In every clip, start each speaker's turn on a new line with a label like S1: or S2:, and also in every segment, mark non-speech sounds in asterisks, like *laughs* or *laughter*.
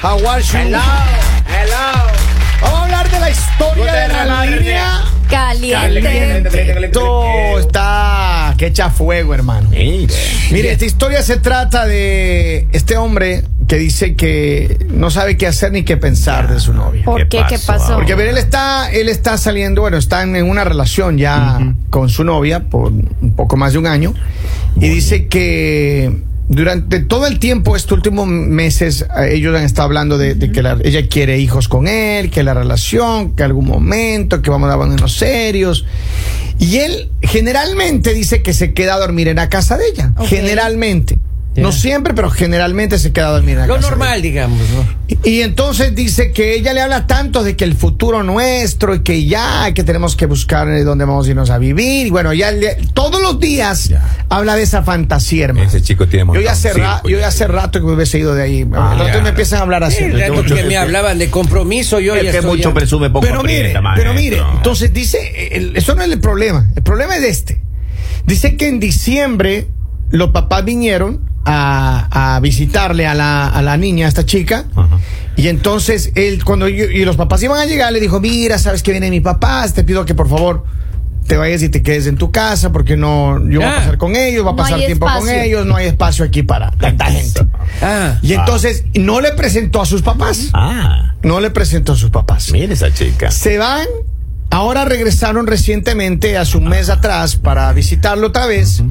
S1: How are you?
S2: Hello, hello.
S1: Vamos a hablar de la historia de la
S2: Madre
S1: línea.
S2: mía.
S3: Caliente.
S2: Caliente.
S1: Todo está que echa fuego, hermano.
S2: Mire.
S1: Mire, esta historia se trata de este hombre que dice que no sabe qué hacer ni qué pensar de su novia.
S3: ¿Por qué? ¿Qué pasó?
S1: Porque a ver, él está, él está saliendo, bueno, está en, en una relación ya con su novia por un poco más de un año. Y dice que durante todo el tiempo, estos últimos meses, eh, ellos han estado hablando de, de que la- ella quiere hijos con él, que la relación, que algún momento, que vamos a ponernos serios. Y él generalmente dice que se queda a dormir en la casa de ella.
S3: Ok.
S1: Generalmente. No siempre, pero generalmente se queda a dormir en la
S4: Lo
S1: casa. de ella.
S4: normal, digamos, ¿no?
S1: Y entonces dice que ella le habla tanto de que el futuro nuestro y que ya, que tenemos que buscar eh, dónde vamos a irnos a vivir. Y bueno, ya le- todos los días
S5: Ya.
S1: habla de esa fantasía, hermano.
S5: Ese chico tiene
S1: Yo
S5: montado
S1: ya, hace
S5: un
S1: ra-
S5: circo,
S1: yo
S5: ya. Ah,
S1: ya hace rato que me hubiese ido de ahí. entonces
S5: ya.
S1: me empiezan a hablar así.
S4: El rato
S5: mucho-
S4: que me hablaban de compromiso, yo ya
S5: El que
S4: estoy
S5: mucho
S4: ya-
S5: presume poco
S1: Pero mire,
S5: aprieta,
S1: pero
S5: maestro.
S1: mire, entonces dice, el- eso no es el problema, el problema es este. Dice que en diciembre los papás vinieron a, a visitarle a la, a la niña, a esta chica,
S5: Ajá.
S1: y entonces él, cuando yo- y los papás iban a llegar, le dijo, mira, sabes que viene mi papá, te pido que por favor te vayas y te quedes en tu casa porque no, yo voy a
S4: Ah.
S1: pasar con ellos, va a
S3: No
S1: pasar
S3: hay
S1: tiempo con
S3: espacio.
S1: ellos, no hay espacio aquí para tanta gente.
S4: Ah,
S1: Y entonces no le presentó a sus papás,
S5: Ah,
S1: no le presentó a sus papás
S5: mire esa chica.
S1: se van. Ahora regresaron recientemente, hace un mes atrás, para visitarlo otra vez.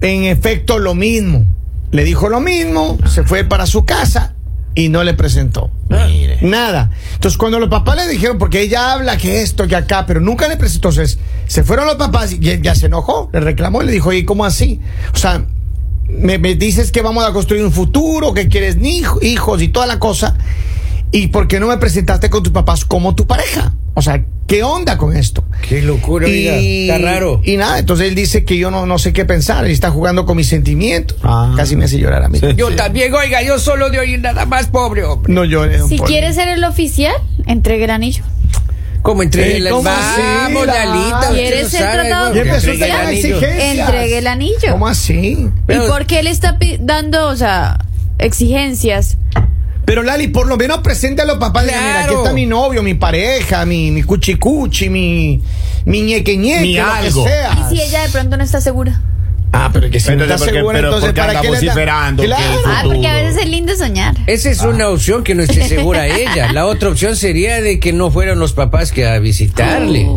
S1: En efecto, lo mismo. Le dijo lo mismo, se fue para su casa y no le presentó.
S5: Mire.
S1: Nada. Entonces, cuando los papás le dijeron, porque ella habla que esto, que acá, pero nunca le presentó. Entonces, se fueron los papás y él ya se enojó, le reclamó y le dijo, ¿y cómo así? O sea, me, me dices que vamos a construir un futuro, que quieres ni hijo- hijos y toda la cosa. ¿Y por qué no me presentaste con tus papás como tu pareja? O sea, ¿qué onda con esto?
S4: qué locura, oiga. Está raro.
S1: Y nada, entonces él dice que yo no, no sé qué pensar, él está jugando con mis sentimientos.
S5: Ah.
S1: Casi me hace llorar a mí.
S5: Sí.
S4: Yo también, oiga, yo solo de oír nada más, pobre hombre.
S1: No llores. don
S3: Si
S1: Poli.
S3: quieres ser el oficial, entregue el anillo.
S4: Como entre
S1: Eh,
S4: las
S1: ¿cómo así?
S4: vamos, Lalita. usted
S3: ¿Quieres
S4: no
S3: ser
S4: sabe,
S3: tratado
S4: oiga,
S1: Y empezó
S4: entregue
S1: a
S4: el
S1: tener
S4: anillo.
S1: exigencias.
S3: Entregue el anillo.
S1: ¿Cómo así?
S4: Pero-
S3: ¿Y por qué le está pi- dando, o sea, exigencias?
S1: Pero Lali, por lo menos presente a los papás. Diga, Mira,
S4: Claro.
S1: aquí está mi novio, mi pareja, mi, mi cuchicuchi, mi, mi ñeque ñeque,
S5: Mi
S1: lo que
S5: algo.
S1: sea.
S3: Y si ella de pronto no está segura.
S1: Ah, pero que si no
S5: Entonces,
S1: está
S5: ¿por qué-
S1: segura,
S5: pero
S1: entonces
S5: por qué
S1: ¿para
S5: anda
S1: qué le está?
S5: vociferando que
S1: Claro.
S5: eso-
S3: Ah, porque a
S5: Futuro.
S3: veces es lindo soñar.
S4: Esa es una opción que no esté segura ella. La otra opción sería de que no fueran los papás que a visitarle.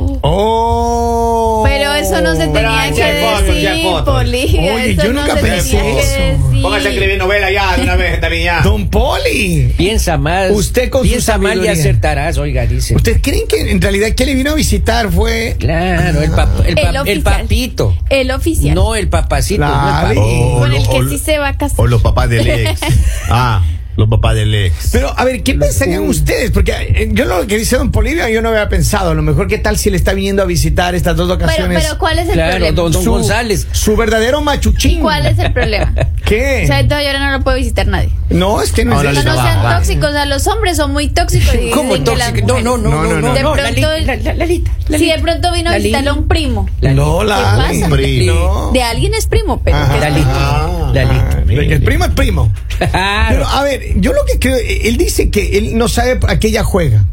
S1: Oh.
S3: Pero eso no se tenía
S5: ay,
S3: que
S5: qué foto, qué
S3: decir,
S5: foto.
S3: Poli.
S1: Oye,
S3: eso
S1: yo
S3: no
S1: nunca
S3: se
S1: pensé
S3: tenía
S1: eso.
S3: que decir.
S5: Póngase a escribir novela ya de una vez también ya.
S1: Don Poli.
S4: Piensa más.
S1: Usted con su
S4: Piensa mal y
S1: sabiduría.
S4: acertarás, oiga, dice.
S1: ¿Ustedes creen que en realidad quien le vino a visitar fue
S4: Claro, el, pap- el,
S3: El
S4: pap- el
S3: oficial.
S4: papito.
S3: El oficial.
S4: No el papacito.
S1: Claro.
S4: no el papá.
S3: Con el
S5: lo-
S3: que
S5: lo-
S3: sí se va a casar.
S5: O los papás del
S3: *laughs*
S5: ex. Ah, los papás del ex.
S1: Pero, a ver, ¿qué pensarían ustedes? Porque eh, yo lo que dice Don Polivia yo no había pensado. A lo mejor, ¿qué tal si le está viniendo a visitar estas dos
S3: Pero,
S1: ocasiones?
S3: pero ¿cuál es el
S4: Claro,
S3: problema?
S4: don- don González.
S1: Su verdadero machuchín.
S3: ¿Cuál es el problema?
S1: ¿Qué?
S3: O sea, entonces yo ahora no lo puede visitar nadie.
S1: no, es que no
S5: Ahora
S1: es
S3: No,
S5: Lalita,
S3: no
S5: va,
S3: sean
S5: va.
S3: tóxicos. O sea, los hombres son muy tóxicos. y
S4: ¿Cómo
S3: dicen que las
S4: tóxico? No, no, no,
S1: No,
S4: no,
S1: no,
S4: no.
S1: no.
S4: no,
S3: De
S4: no,
S3: pronto-
S4: Lali- la- la- Lalita,
S3: mujeres- Si
S4: Lalita.
S3: de pronto vino a
S4: Lali-
S3: visitarle a un primo.
S1: No, la
S3: pasa?
S1: hombre.
S4: Sí.
S1: No.
S3: De alguien es primo, pero.
S1: Ajá.
S3: que-
S4: Lalita.
S1: Ah,
S4: Lalita.
S1: ah, de que el primo es primo.
S4: Claro.
S1: Pero a ver, yo lo que creo, eh, él dice que él no sabe a qué ella juega.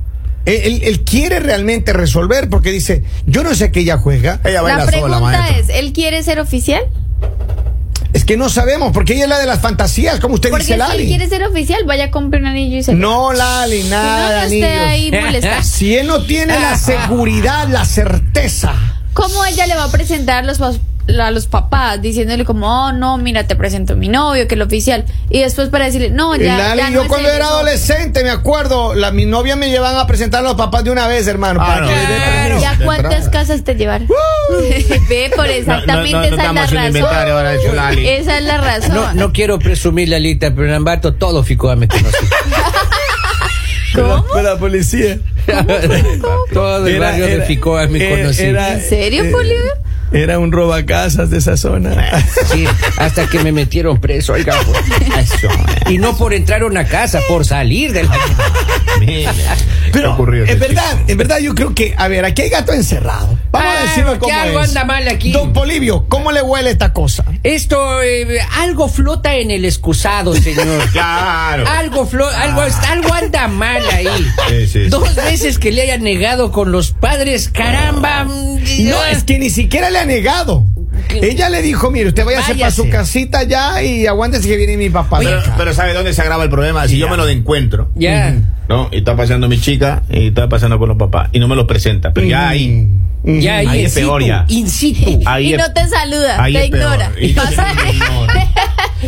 S1: Él, él- él quiere realmente resolver porque dice, yo no sé a qué ella juega.
S5: Ella
S3: La
S5: baila sola,
S3: pregunta
S5: maestro.
S3: es: ¿él quiere ser oficial?
S1: Es que no sabemos, porque ella es la de las fantasías, como usted
S3: Porque si
S1: dice,
S3: él
S1: Lali.
S3: quiere ser oficial, vaya a comprar un anillo y se. lo-
S1: No, Lali,
S3: Si no, no
S1: nada,
S3: esté
S1: anillos.
S5: *laughs*
S3: ahí molestando.
S1: Si él no tiene la seguridad, la certeza.
S3: ¿Cómo ella le va a presentar los pas- a los papás diciéndole como oh no mira te presento a mi novio que el oficial y después para decirle no ya,
S1: Lali,
S3: ya no
S1: yo
S3: es
S1: cuando
S3: él,
S1: era
S3: es otro"?
S1: adolescente, me acuerdo, la, mi novia me llevan a presentar a los papás de una vez, hermano.
S5: Ah,
S1: para
S5: no,
S1: que le dé
S4: claro.
S1: permiso.
S3: ¿Ya
S5: de
S3: cuántas
S5: entrada.
S3: casas te llevaron? *laughs* Ve, por exactamente
S5: No, no, no, no
S3: esa es
S5: estamos
S3: la
S5: haciendo inventario
S3: razón.
S5: ahora de eso, Lali.
S3: Esa es la razón.
S4: No, no quiero presumir, Lalita, pero en Ambato todo Ficoa me conoce.
S3: *laughs* ¿Cómo?
S1: Fue la policía.
S4: todo el barrio de Ficoa me
S1: eh,
S4: conoce.
S1: era-
S3: ¿En serio,
S1: eh,
S3: Polivio?
S1: Era un robacasas de esa zona.
S5: *laughs*
S4: Sí, hasta que me metieron preso, oiga, pues.
S3: *laughs*
S4: Eso. Y no por entrar a una casa, por salir de la
S5: Mira, ¿qué
S1: Pero,
S5: ocurrió
S1: en
S5: este
S1: verdad, en verdad yo creo que, a ver, aquí hay gato encerrado. Vamos
S4: Ah,
S1: a decirlo
S4: que
S1: como
S4: algo
S1: es.
S4: anda mal aquí.
S1: Don Polivio, ¿cómo le huele esta cosa?
S4: Esto, eh, algo flota en el excusado, señor.
S5: *laughs* chico? Claro.
S3: Ah,
S4: Algo, flo- algo, algo anda mal ahí.
S5: Ah. Sí, sí, sí.
S4: Dos veces que le hayan negado con los padres, caramba. mm,
S1: No,
S4: ah.
S1: es que ni siquiera le ha negado.
S4: ¿Qué?
S1: Ella le dijo, mire, usted váyase para su
S4: Váyase.
S1: casita ya y aguántese que viene mi papá.
S5: Pero,
S1: Venga.
S5: pero ¿sabe dónde se agrava el problema? Si yo me lo encuentro.
S4: Ya.
S5: No, y está pasando mi chica y está pasando con los papás y no me los presenta. Pero ya ahí,
S1: Mm.
S4: Ya,
S5: Mm. Ahí
S4: in
S5: es peor
S4: situ,
S5: ya. Ah.
S4: In situ.
S5: ahí
S3: y
S5: es-
S3: no te saluda,
S5: ahí
S3: te
S5: es peor.
S3: ignora.
S5: Y no te *laughs*
S3: Pasa-
S5: ignora.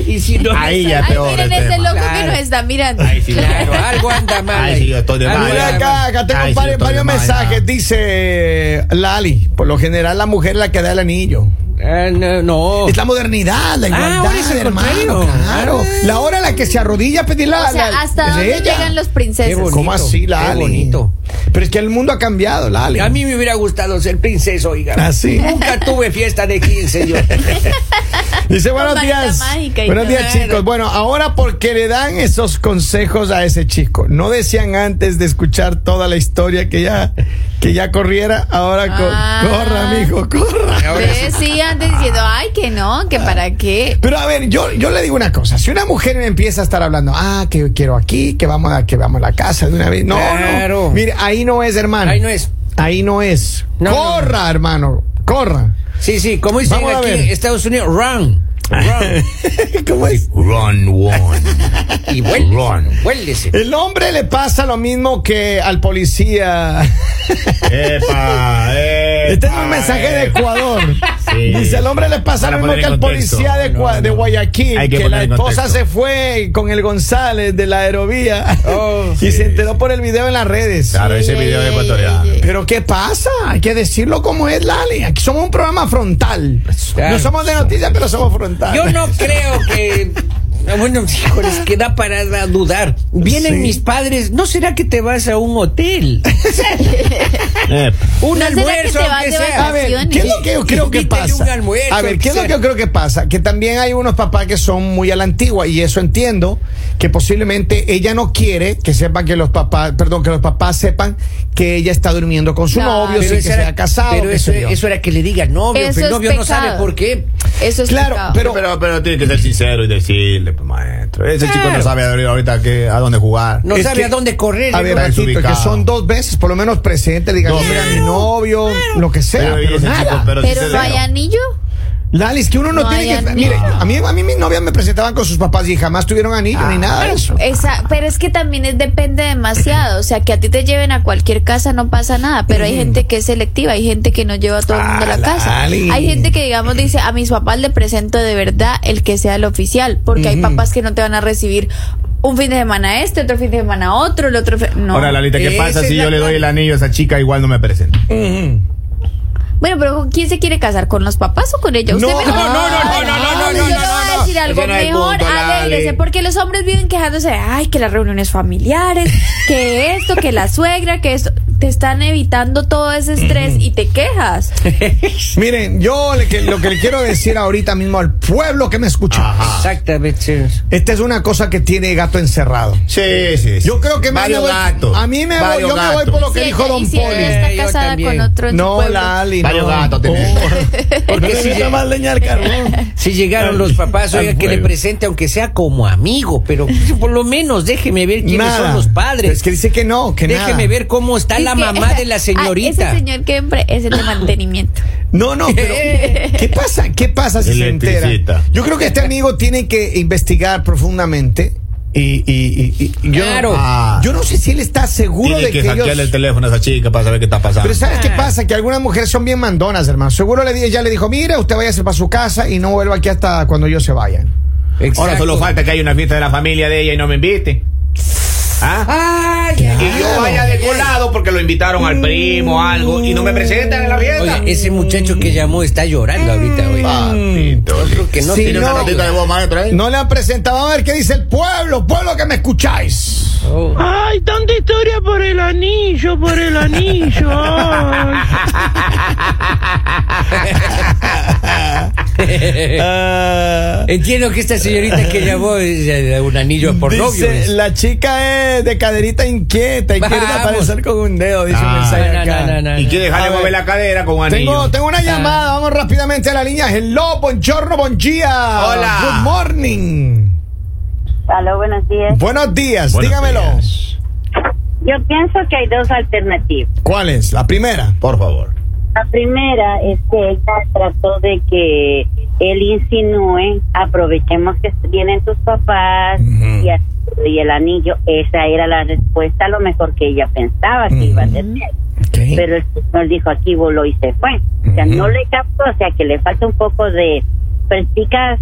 S4: Y si no-
S5: Ahí ya
S3: Ay,
S5: peor.
S3: miren
S5: el
S3: ese
S5: tema.
S3: loco que
S4: Claro.
S3: nos está mirando.
S5: Ahí sí,
S4: Claro, algo anda mal.
S5: Ay,
S4: ahí.
S5: sí, yo estoy de
S4: Algo
S5: mal.
S1: Mira
S4: anda
S1: acá,
S4: mal.
S1: acá tengo
S5: Ay, sí,
S1: varios,
S5: estoy
S1: varios
S5: mal,
S1: mensajes.
S5: no.
S1: Dice Lali, por lo general la mujer es la que da el anillo.
S4: Ah, no, no.
S1: Es la modernidad, la igualdad,
S4: ahora es el
S1: hermano,
S4: contrario.
S1: claro.
S4: Ah.
S1: La hora en la que se arrodilla a pedir la
S3: O sea,
S1: la-
S3: ¿hasta
S1: es
S3: dónde
S1: ella.
S3: llegan los
S4: Qué
S3: princesos?
S4: bonito.
S1: ¿Cómo así, Lali?
S4: qué bonito.
S1: Pero es que el mundo ha cambiado, Lali.
S4: A mí me hubiera gustado ser princesa, oiga.
S5: Ah,
S1: Así.
S4: Nunca tuve fiesta de 15 yo.
S1: Dice buenos
S3: varita
S1: días.
S3: mágica y
S1: Buenos
S3: todo.
S1: días, chicos. Bueno, ahora porque le dan esos consejos a ese chico. No decían antes de escuchar toda la historia que ya, que ya corriera. Ahora co-
S3: Ah.
S1: corra, mijo, corra.
S4: Ahora
S3: Ustedes sí antes diciendo, ay, que no, que para qué.
S1: Pero a ver, yo, yo le digo una cosa. Si una mujer me empieza a estar hablando, ah, que quiero aquí, que vamos a, que vamos a la casa de una vez. No,
S4: Claro.
S1: no. Mire, ahí no es, hermano.
S4: Ahí no es.
S1: Ahí no es.
S4: No, no,
S1: corra, hermano. Corra. *laughs*
S4: Sí, sí, como dicen
S1: Vamos a
S4: aquí
S1: ver.
S4: en Estados Unidos, run.
S5: Ah.
S4: Run.
S1: ¿Cómo es?
S5: Run one.
S4: Y vuélvese.
S5: Run.
S4: Vuélvese.
S1: El hombre le pasa lo mismo que al
S5: *laughs*
S1: policía.
S5: Epa, epa.
S1: Este es un mensaje de
S5: epa.
S1: Ecuador.
S5: Sí.
S1: Dice, el hombre le pasa
S5: Para
S1: lo mismo
S5: poner
S1: que
S5: en
S1: al
S5: contexto.
S1: policía de, Cua-
S5: No,
S1: de
S5: no.
S1: Guayaquil,
S5: Hay que
S1: que
S5: poner
S1: la
S5: en
S1: esposa
S5: contexto.
S1: se fue con el González de la aerovía
S4: Oh,
S1: *laughs* y
S5: sí. Ah,
S1: se enteró por el video en las redes.
S5: Claro, ese
S3: Ey,
S5: video
S3: ey,
S5: es
S3: ey,
S5: ecuatoriano.
S3: ey, ey.
S1: Pero ¿qué pasa? Hay que decirlo como es, Lali. Aquí somos un programa frontal.
S4: Claro.
S1: No somos de noticias, pero somos frontal.
S4: Yo
S1: *laughs*
S4: no creo que. Ah, Bueno, *laughs* híjoles, que da para da- dudar. Vienen
S1: Sí.
S4: mis padres, ¿no será que te vas a
S1: *laughs*
S4: un hotel?
S5: Epa.
S4: Un
S3: ¿No será que
S4: almuerzo,
S3: te vas
S4: aunque
S3: de
S4: sea.
S1: A ver, ¿qué es lo que yo creo que
S4: Invítale
S1: pasa?
S4: un almuerzo,
S1: A ver, ¿qué es lo que yo creo que pasa? Que también hay unos papás que son muy a la antigua y eso entiendo que posiblemente ella no quiere que sepan que los papás, perdón, que los papás sepan que ella está durmiendo con su
S3: Claro.
S1: novio, sí, que
S4: eso
S1: se ha casado,
S4: pero
S1: qué
S4: eso,
S1: sé yo.
S4: eso era que le diga novio,
S3: Eso
S4: pero el
S3: es
S4: novio no sabe
S3: pecado.
S4: por qué.
S3: Eso es
S1: Claro,
S3: pecado.
S1: pero-
S5: Pero, pero, pero tiene que ser sincero y decirle, pues, maestro. Ese chico
S4: Claro.
S5: no sabe ahorita qué, a dónde jugar.
S4: No
S1: Es
S4: sabe
S1: que-
S4: a dónde correr.
S1: A ver,
S4: ¿no?
S5: Está
S1: Marquito, que
S5: desubicado.
S1: son dos veces, por lo menos presente, diga,
S5: Dos
S1: mira, mi
S5: veces.
S1: novio, lo que sea.
S5: Pero, y
S1: pero
S5: ese
S1: nada.
S5: chico, pero
S3: Pero
S5: sincero.
S3: no hay anillo.
S1: Lali, es que uno no,
S3: No hay
S1: tiene que.
S3: anillo.
S1: Mire, a mí, a mí mis novias me presentaban con sus papás y jamás tuvieron anillo
S3: Ah,
S1: ni nada de eso.
S3: Esa, pero es que también es- depende demasiado. O sea, que a ti te lleven a cualquier casa no pasa nada. Pero hay gente que es selectiva, hay gente que no lleva a todo el mundo a la
S1: Ah,
S3: casa.
S1: Lali.
S3: Hay gente que, digamos, dice: A mis papás le presento de verdad el que sea el oficial. Porque hay papás que no te van a recibir un fin de semana este, otro fin de semana otro, el otro. fin- No.
S5: Ahora, Lalita, ¿qué
S4: Esa
S5: pasa
S4: es
S5: si
S4: la
S5: yo le doy
S4: clave.
S5: el anillo a esa chica? Igual no me presenta.
S3: Bueno, pero ¿con quién se quiere casar? ¿Con los papás o con ella?
S1: No,
S3: mejor-
S1: no, no, no, no, no, no, no,
S3: Yo le
S1: no,
S3: voy a
S5: no.
S3: decir algo
S5: Ese no es el
S3: mejor,
S5: punto, dale.
S3: alégrese, porque los hombres viven quejándose, ay, que las reuniones familiares, que esto, que la suegra, que esto. Te están evitando todo ese estrés y te quejas.
S1: Miren, yo le que- lo que le quiero decir ahorita mismo al pueblo que me escucha.
S4: Exactamente.
S1: Esta es una cosa que tiene gato encerrado.
S5: Sí, sí, sí.
S1: Yo creo que me
S5: Varios
S1: voy-
S5: gatos.
S1: a mí me voy,
S5: Varios
S1: yo me voy
S5: gatos.
S1: por lo que
S3: Si
S1: dijo
S3: ella-
S1: Don
S3: y si ella
S1: Poli.
S4: Yo
S3: está casada
S4: también.
S3: con otro en su
S1: No,
S3: pueblo.
S1: Lali,
S5: Varios
S1: no. Oh,
S5: gatos tenés. *laughs*
S4: Porque si,
S1: necesita
S4: lle-
S1: más leña al carbón.
S4: si llegaron los papás,
S1: Al
S4: oiga, que le
S1: fuego.
S4: presente, aunque sea como amigo, pero *laughs* por lo menos déjeme ver quiénes
S1: Nada.
S4: son los padres.
S1: Pero Es que dice que no, que
S4: déjeme
S1: nada.
S4: ver cómo está
S3: Es
S4: la
S3: que-
S4: mamá
S3: *laughs*
S4: de
S3: ah,
S4: la señorita.
S3: ese señor que siempre es el
S1: *laughs*
S3: de mantenimiento.
S1: No, no,
S3: *laughs*
S1: pero ¿qué pasa? ¿Qué pasa si se
S5: Electricita.
S1: entera? Yo creo que este amigo tiene que investigar profundamente y, y- y- y- y yo,
S4: Claro.
S1: Ah. yo no sé si él está seguro
S5: Tiene
S1: de
S5: que
S1: que,
S5: hackearle
S1: ellos-
S5: el teléfono a esa chica para saber qué está pasando.
S1: Pero ¿sabes qué
S4: Ah.
S1: pasa? Que algunas mujeres son bien mandonas, hermano. Seguro le, di- ella le dijo, mira, usted váyase para su casa y no vuelva aquí hasta cuando yo se vayan.
S4: Exacto.
S5: Ahora solo falta que haya una fiesta de la familia de ella y no me invite. ¿Ah?
S4: Ay, ay,
S5: Y yo
S1: Claro. Mm.
S5: vaya de colado porque lo invitaron al primo o algo y no me presentan en la
S4: ay.
S5: fiesta.
S4: Oye, ese muchacho que llamó está llorando ahorita, oye.
S5: Papito lindo.
S4: que no
S1: Sí,
S4: tiene
S1: no.
S4: una
S5: Patita de
S4: ayuda.
S5: Bob Marley por ahí.
S1: No le han presentado. Vamos a ver qué dice el pueblo, pueblo que me escucháis.
S4: Oh. *laughs*
S6: Ay, tanta historia por el anillo, por el anillo. ay.
S4: Eh,
S1: Ah,
S4: Entiendo que esta señorita que llamó es eh, un anillo por novio.
S1: Dice,
S4: es.
S1: la chica es de caderita inquieta y quiere
S4: Vamos.
S1: aparecer con un dedo, dice un
S5: Ah,
S1: mensaje
S4: no,
S1: acá.
S4: no, no, no.
S5: Y quiere
S1: A
S5: dejarle
S1: ver.
S5: mover la cadera con un anillo.
S1: Tengo, tengo una llamada, vamos rápidamente a la línea. Hello, buongiorno, bon día.
S5: Hola.
S1: Good morning.
S7: Aló, buenos días.
S1: Buenos días,
S5: Buenos
S1: dígamelo.
S5: días.
S7: Yo pienso que hay dos alternativas.
S1: ¿Cuál es? La primera.
S5: Por favor.
S7: La primera es que ella trató de que él insinúe, aprovechemos que vienen tus papás y, así, y el anillo. Esa era la respuesta a lo mejor que ella pensaba que iba a tener. Pero el señor dijo, aquí voló y se fue. O sea, no le captó, o sea, que le falta un poco de perspicaz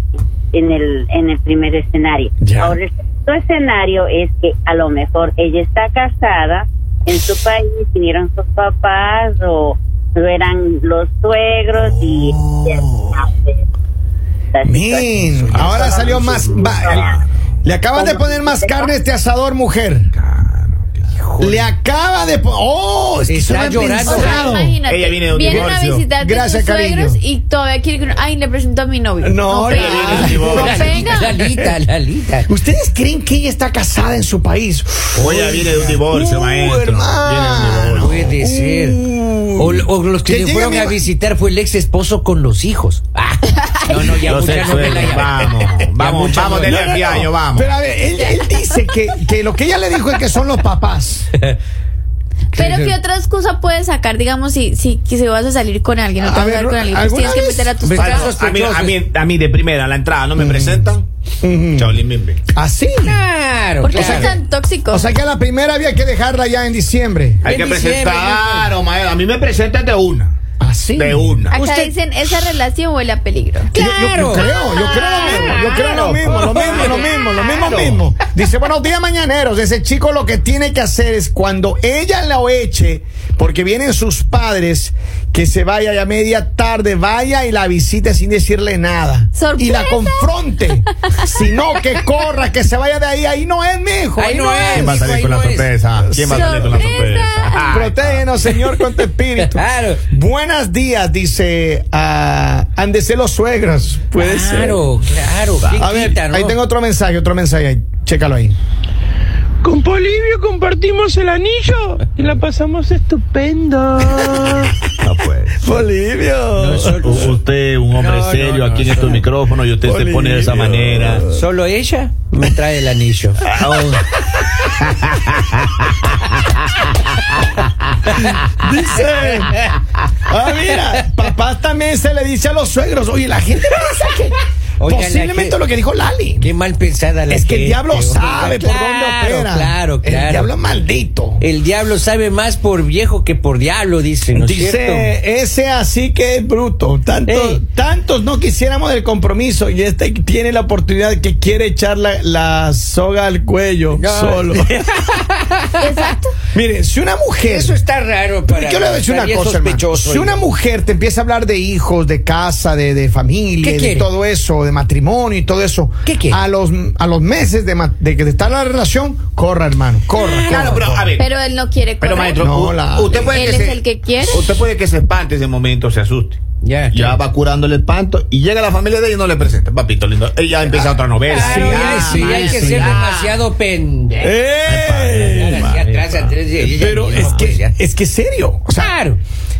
S7: en el, en el primer escenario.
S1: Ya.
S7: Ahora, el segundo escenario es que a lo mejor ella está casada en su país, vinieron sus papás o lo eran los suegros y... pues.
S1: Oh. Min, ahora salió más. va- le acaban de poner más carne a este asador, mujer. Le acaba de poner. ¡Oh! Es que eso no
S4: Está
S1: he
S4: llorando.
S3: O sea,
S1: pensado.
S3: imagínate,
S5: Ella viene de un
S3: vienen a
S5: divorcio.
S3: visitar
S1: Gracias,
S3: sus suegros
S1: cariño.
S3: y todavía quiere que uno- ay le presento a mi novio.
S1: No,
S3: *laughs* venga.
S1: ella viene de un
S3: no,
S5: divorcio.
S3: venga.
S4: Lalita, Lalita.
S1: ¿Ustedes creen que ella está casada en su país?
S5: Oye, viene de un divorcio,
S1: Uh,
S5: maestro.
S1: hermano.
S5: Viene de un divorcio.
S4: Puede ser.
S1: Uy.
S4: O, o los que,
S1: Uh. Que
S4: le
S1: llegue
S4: fueron
S1: mi
S4: a
S1: ma-
S4: visitar fue el ex esposo con los hijos. Ah, no, no, ya
S5: Los
S4: mucha
S5: ex-suegros,
S4: novela. ya.
S5: vamos,
S4: Ya
S5: vamos,
S4: mucha
S5: vamos,
S4: novela.
S5: denle aquí. Año, vamos.
S1: Pero a ver, él, él dice que, que lo que ella le dijo es que son los papás.
S3: Pero qué otra excusa puedes sacar, digamos, si si que si vas a salir con alguien o
S1: A
S3: te vas a
S1: ver,
S3: ver con alguien, pues
S1: ¿alguna
S3: tienes que
S1: vez?
S3: meter a tus
S1: Ve-
S3: papás.
S5: A mí, a, mí, a mí de primera, a la entrada,
S4: Mm.
S5: ¿no me presentan? Chaolín Bimbi.
S1: Así.
S4: Claro,
S3: ¿Por qué
S4: claro.
S3: son tan tóxicos?
S1: O sea que a la primera había que dejarla ya en diciembre.
S5: Hay
S4: En
S5: que
S4: diciembre,
S5: presentar, claro, maestro. A mí me presentan de una.
S1: Así.
S5: De una.
S3: Acá
S4: usted-
S3: dicen, esa relación huele a peligro.
S1: Yo- yo- Yo,
S4: Claro.
S1: creo, yo creo lo mismo, yo creo lo mismo, lo mismo, lo mismo, lo mismo, lo mismo. Dice, buenos días mañaneros, ese chico lo que tiene que hacer es cuando ella lo eche, porque vienen sus padres, que se vaya ya media tarde, vaya y la visite sin decirle nada. Y la
S3: ¡Sorpresa!
S1: confronte, si no, que corra, que se vaya de ahí, ahí no es, mijo, ahí, no es. Ah,
S5: ¿Quién va a salir
S4: Ahí
S5: con la
S4: no es.
S5: sorpresa? ¿Quién va a salir con la sorpresa?
S3: Sorpresa.
S5: Ay,
S1: Protégenos, Señor, con tu espíritu.
S4: Claro.
S1: Buenos días, dice, ah, han de ser los suegros, puede ser.
S4: Claro, claro. ¿Quién
S1: A ver,
S4: quita, no?
S1: ahí tengo otro mensaje, otro mensaje ahí. Chécalo ahí.
S6: Con Polivio compartimos el anillo y la pasamos estupendo.
S5: No puede.
S1: Bolivio.
S5: Ah, pues. U- Usted, un hombre
S4: No, no,
S5: serio,
S4: no,
S5: aquí en
S4: no.
S5: estos micrófonos, y usted se pone de esa manera.
S4: Solo ella me trae el anillo.
S1: Dice. Ah, mira, papás también se le dice a los suegros. Oye, la gente piensa que.
S4: Oigan, la
S1: posiblemente
S4: gente-
S1: lo que dijo Lali.
S4: Qué mal pensada la
S1: es que el
S4: gente,
S1: diablo
S4: oiga.
S1: sabe por dónde
S4: Claro,
S1: opera.
S4: Claro, claro.
S1: El diablo maldito.
S4: El diablo sabe más por viejo que por diablo, dice, ¿no es cierto?
S1: Dice, ese así que es bruto. Tanto-
S4: Ey.
S1: Tantos no quisiéramos del compromiso y este tiene la oportunidad que quiere echar la, la soga al cuello
S4: No. *laughs*
S1: solo.
S3: Exacto.
S1: Mire, si una mujer.
S4: Eso está raro para
S1: Yo le voy a decir
S4: está
S1: una
S4: bien
S1: cosa, hermano.
S4: sospechoso.
S1: Si una
S4: oiga.
S1: mujer te empieza a hablar de hijos, de casa, de, de familia,
S4: ¿Qué
S1: de
S4: quiere?
S1: todo eso, de matrimonio y todo eso,
S4: ¿Qué quiere?
S1: a los a los meses de, ma- de que está la relación, corra, hermano, corra. corra,
S5: Claro, pero a
S1: corra.
S5: ver.
S3: Pero él no quiere
S5: Pero
S3: correr.
S5: maestro,
S1: No,
S5: u-
S1: la-
S5: usted puede
S3: Él
S5: que
S3: es
S5: se,
S3: el que quiere.
S5: Usted puede que se espante ese momento, se asuste.
S4: Ya,
S5: Ya va curando el espanto y llega la familia de ella y no le presenta. Papito lindo, ella empieza otra novela.
S4: Ah, Claro,
S5: ah,
S4: ya, sí, hay que
S5: pues, sí,
S4: ser
S5: ya.
S4: demasiado pendejo.
S1: ¡Ey!
S4: Ahora sí, atrás, atrás, y ella
S1: Eh, Pero
S4: misma,
S1: es
S4: pues, ya.
S1: que es que serio. O sea,
S4: Claro.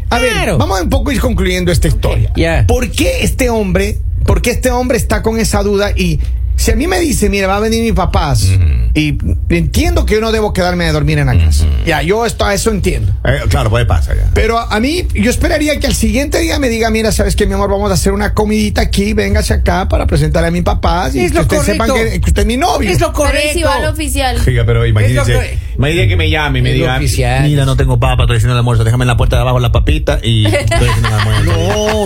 S1: a ver,
S4: claro.
S1: vamos a un poco ir concluyendo esta historia.
S4: Ya.
S1: ¿Por qué este hombre, por qué este hombre está con esa duda y si a mí me dice, mira, va a venir mis papás y entiendo que yo no debo quedarme a dormir en la casa. Ya, yo esto a eso entiendo.
S5: Eh, claro, puede pasar ya.
S1: Pero a, a mí, yo esperaría que al siguiente día me diga, mira, sabes que mi amor, vamos a hacer una comidita aquí, véngase acá para presentar a mis papás y
S4: Es
S1: que
S4: lo
S1: ustedes sepan
S4: correcto.
S1: que, que usted es mi novio.
S4: Es lo
S3: Pero ¿y si
S4: correcto.
S3: va al oficial.
S5: Oiga, pero
S4: Es lo
S5: imagínense
S4: que-
S5: Me dice que me llame y me
S4: El
S5: diga,
S4: oficial.
S5: mira, no tengo papa, estoy haciendo el almuerzo, déjame en la puerta de abajo la papita y estoy haciendo el almuerzo.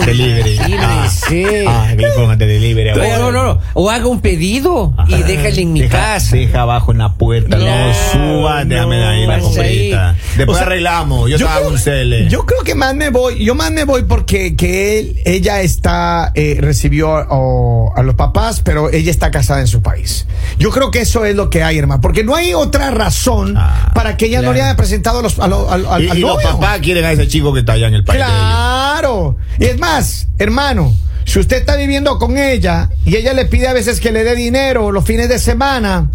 S4: *laughs* No,
S5: delivery.
S4: imagínese.
S5: Ah, ah, de delivery.
S4: No, no, no, no. O haga un pedido
S5: Ah.
S4: y déjale en mi
S5: Deja-
S4: casa.
S5: Deja abajo en la puerta, no,
S4: No,
S5: suba, déjame ahí la
S4: no,
S5: comprita.
S4: sí.
S5: Después
S1: O sea,
S5: arreglamos, yo, te hago
S1: creo-
S5: un cele.
S1: yo creo que más me voy, yo más me voy porque que él, ella está, eh, recibió a, o- a los papás, pero ella está casada en su país. Yo creo que eso es lo que hay, hermano, porque no hay otra razón
S5: Ah,
S1: para que ella no
S4: claro.
S1: le haya presentado a los, a lo- al- al-
S5: y,
S1: al
S5: y los
S1: novio.
S5: papás quieren a ese chico que está allá en el país. de ellos.
S1: Claro. Y es más, hermano, si usted está viviendo con ella y ella le pide a veces que le dé dinero los fines de semana,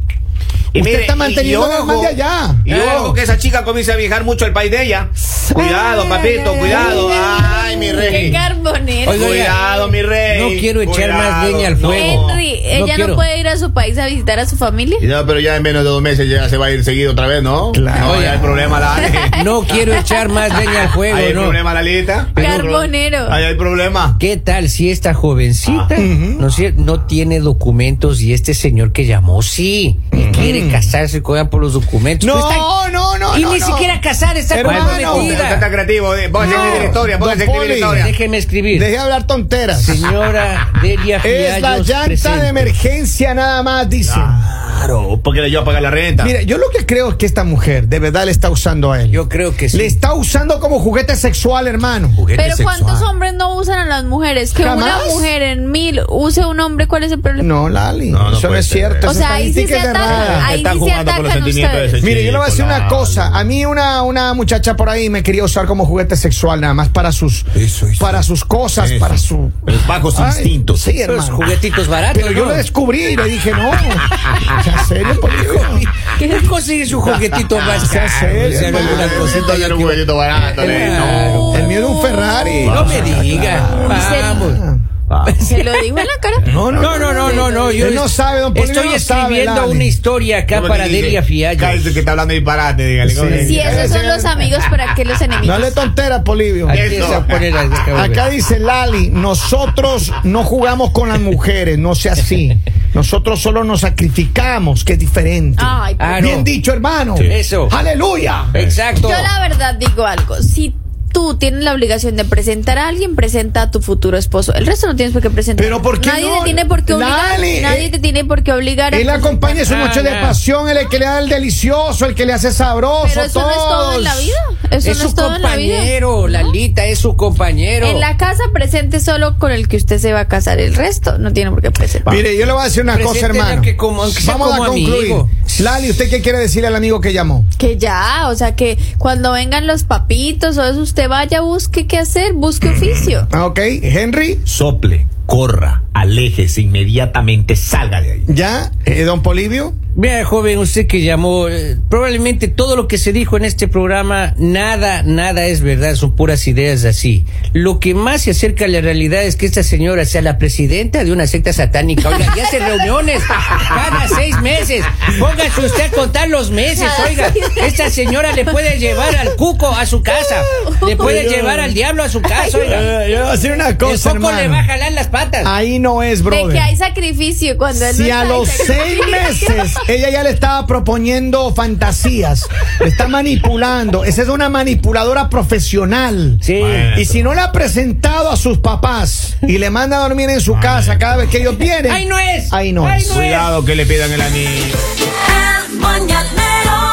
S5: Y
S1: usted
S5: mire,
S1: está
S5: y-
S1: manteniendo
S5: y
S1: al
S5: ojo,
S1: man de allá.
S5: Y
S4: Claro.
S5: ojo que esa chica comienza a viajar mucho al país de ella. Cuidado,
S1: Ay,
S5: papito,
S1: ay,
S5: cuidado. Ay, mi
S3: Qué
S5: rey.
S3: carbonero.
S4: Oiga,
S5: Cuidado, mi rey.
S4: no quiero echar más
S5: Cuidado.
S4: leña al fuego.
S3: Henry,
S4: No
S3: ella no,
S4: quiero.
S3: puede ir a su país a visitar a su familia.
S5: Y no, pero ya en menos de dos meses ya se va a ir seguido otra vez, ¿no?
S1: Claro.
S5: No, ya hay problema la *laughs*
S4: No quiero echar más leña al *laughs* fuego,
S5: Ahí hay
S4: ¿no?
S5: problema la lista.
S3: Carbonero.
S5: Ahí hay problema.
S4: ¿Qué tal si esta
S1: Ah.
S4: jovencita no, sé, no tiene documentos y este señor que llamó sí y quiere casarse con ella por los documentos?
S1: No,
S4: Pues está-
S1: no, no,
S4: Y
S1: no,
S4: ni
S1: no.
S4: siquiera casar, está
S1: Hermano.
S5: Usted no es tan
S4: comprometida.
S5: creativo. eh. Póngase a
S1: No.
S5: escribir historia, póngase a
S1: Don
S5: escribir
S1: Poli.
S5: historia.
S4: Déjeme escribir.
S1: Deje de hablar tonteras. *laughs*
S4: Señora Delia
S1: es la
S4: Fiallos
S1: llanta
S4: presente.
S1: de emergencia nada más, dice.
S5: Ah. Claro, porque le ayuda a pagar la renta.
S1: Mira, yo lo que creo es que esta mujer de verdad le está usando a él.
S4: Yo creo que sí.
S1: Le está usando como juguete sexual, hermano.
S5: Juguete
S3: Pero
S5: sexual.
S3: ¿cuántos hombres no usan a las mujeres? Que una
S1: Jamás.
S3: mujer en mil use un hombre, ¿cuál es el problema?
S1: No, Lali,
S5: No, no
S1: eso no
S5: puede
S1: es
S5: ser.
S1: cierto.
S3: O
S1: Esas
S3: sea, ahí sí
S1: estadísticas
S3: se
S1: de
S3: atacan.
S1: rata.
S3: Ahí
S5: Están
S3: sí se
S5: jugando con los
S3: atacan
S5: sentimientos de
S3: ustedes.
S5: ese
S1: Mire, yo le voy a decir
S5: chico,
S1: una
S5: la-
S1: cosa. A mí una, una muchacha por ahí me quería usar como juguete sexual nada más para sus
S5: Eso, eso.
S1: para sus cosas,
S5: Eso.
S1: para su
S5: Los bajos
S1: Ay,
S5: instintos.
S1: Sí,
S4: Los
S1: hermano.
S4: juguetitos baratos.
S1: Pero yo
S4: ¿no?
S1: lo descubrí y le dije, no. O sea, serio, por Dios.
S4: *laughs* ¿Qué consigue su
S1: *laughs*
S4: juguetito más caro?
S1: serio,
S4: O sea,
S1: hermano.
S4: alguna cosita
S5: Entonces
S4: yo
S5: era un
S4: quiero-
S5: juguetito barato, ¿eh?
S4: Claro.
S1: El mío era un Ferrari.
S4: No me diga. Vamos.
S3: Se lo dijo en
S1: *laughs*
S3: la cara.
S1: No, no,
S4: No, no, no, no, no. Yo
S1: Él no sabe, don Polibio,
S4: Estoy
S1: no sabe,
S4: escribiendo
S1: Lali.
S4: una historia acá
S5: ¿Cómo
S4: para
S5: le dice?
S4: Delia
S5: Cállese
S4: Fiallos.
S5: que está hablando disparate, dígale. ¿cómo le
S1: Sí.
S3: Si
S5: dice?
S3: esos son
S1: ese-
S3: los amigos, ¿para qué los
S1: No
S3: enemigos?
S1: hable tonteras, Polivio.
S4: Aquí se va a poner a-
S1: Acá dice Lali, nosotros no jugamos con las mujeres, no sea así. Nosotros solo nos sacrificamos, que es diferente.
S3: Ay,
S4: Ah,
S1: Bien
S4: no.
S1: dicho, hermano.
S5: Sí.
S4: Eso.
S1: Aleluya.
S4: Exacto.
S3: Yo la verdad digo algo. Si tú tienes la obligación de presentar a alguien, presenta a tu futuro esposo. El resto no tienes por qué presentar.
S1: Pero ¿por qué
S3: Nadie
S1: no?
S3: te tiene por qué obligar.
S1: Dale,
S3: nadie
S1: eh,
S3: te tiene por qué obligar. a
S1: Él
S3: presentar.
S1: acompaña su noche de
S4: Ah, no.
S1: pasión, él es el que le da el delicioso, el que le hace sabroso.
S3: Pero eso no es todo en la
S1: todos.
S3: vida. Eso
S4: es
S3: no
S4: su
S3: es todo en la vida.
S4: compañero, Lalita, es su compañero.
S3: En la casa presente solo con el que usted se va a casar. El resto no tiene por qué presentar.
S1: Mire, yo le voy a decir una cosa,
S4: Preséntela
S1: hermano.
S4: que como- aunque sea
S1: Vamos a
S4: como
S1: concluir.
S4: amigo.
S1: Lali, ¿usted qué quiere decirle al amigo que llamó?
S3: Que ya, o sea que cuando vengan los papitos o eso, usted vaya, busque qué hacer, busque oficio.
S1: Ah, ok. Henry,
S5: Sople, corra, aléjese inmediatamente, salga de ahí.
S1: ya. Eh, don Polivio.
S4: Vea, joven, usted que llamó, eh, probablemente todo lo que se dijo en este programa, nada, nada es verdad, son puras ideas así. Lo que más se acerca a la realidad es que esta señora sea la presidenta de una secta satánica. Oiga, ya hace reuniones cada seis meses. Póngase usted a contar los meses, oiga. Esta señora le puede llevar al cuco a su casa, le puede llevar al diablo a su casa, oiga.
S1: Eh, yo le voy a decir una
S4: El
S1: cosa,
S4: coco le
S1: hermano. Ah,
S4: va a jalar las patas.
S1: Ahí no es,
S3: De que
S1: brother.
S3: hay sacrificio cuando él no
S1: Si a
S3: está, hay
S1: los seis
S3: sacrificio.
S1: meses ella ya le estaba proponiendo fantasías, le está manipulando. Esa es una manipuladora profesional.
S4: Sí.
S5: Bueno.
S1: Y si no le ha presentado a sus papás y le manda a dormir en su casa cada vez que ellos vienen.
S4: Ahí no es.
S1: Ahí no
S4: Ahí
S1: es.
S4: no es.
S5: Cuidado que le pidan el anillo.
S8: El mañanero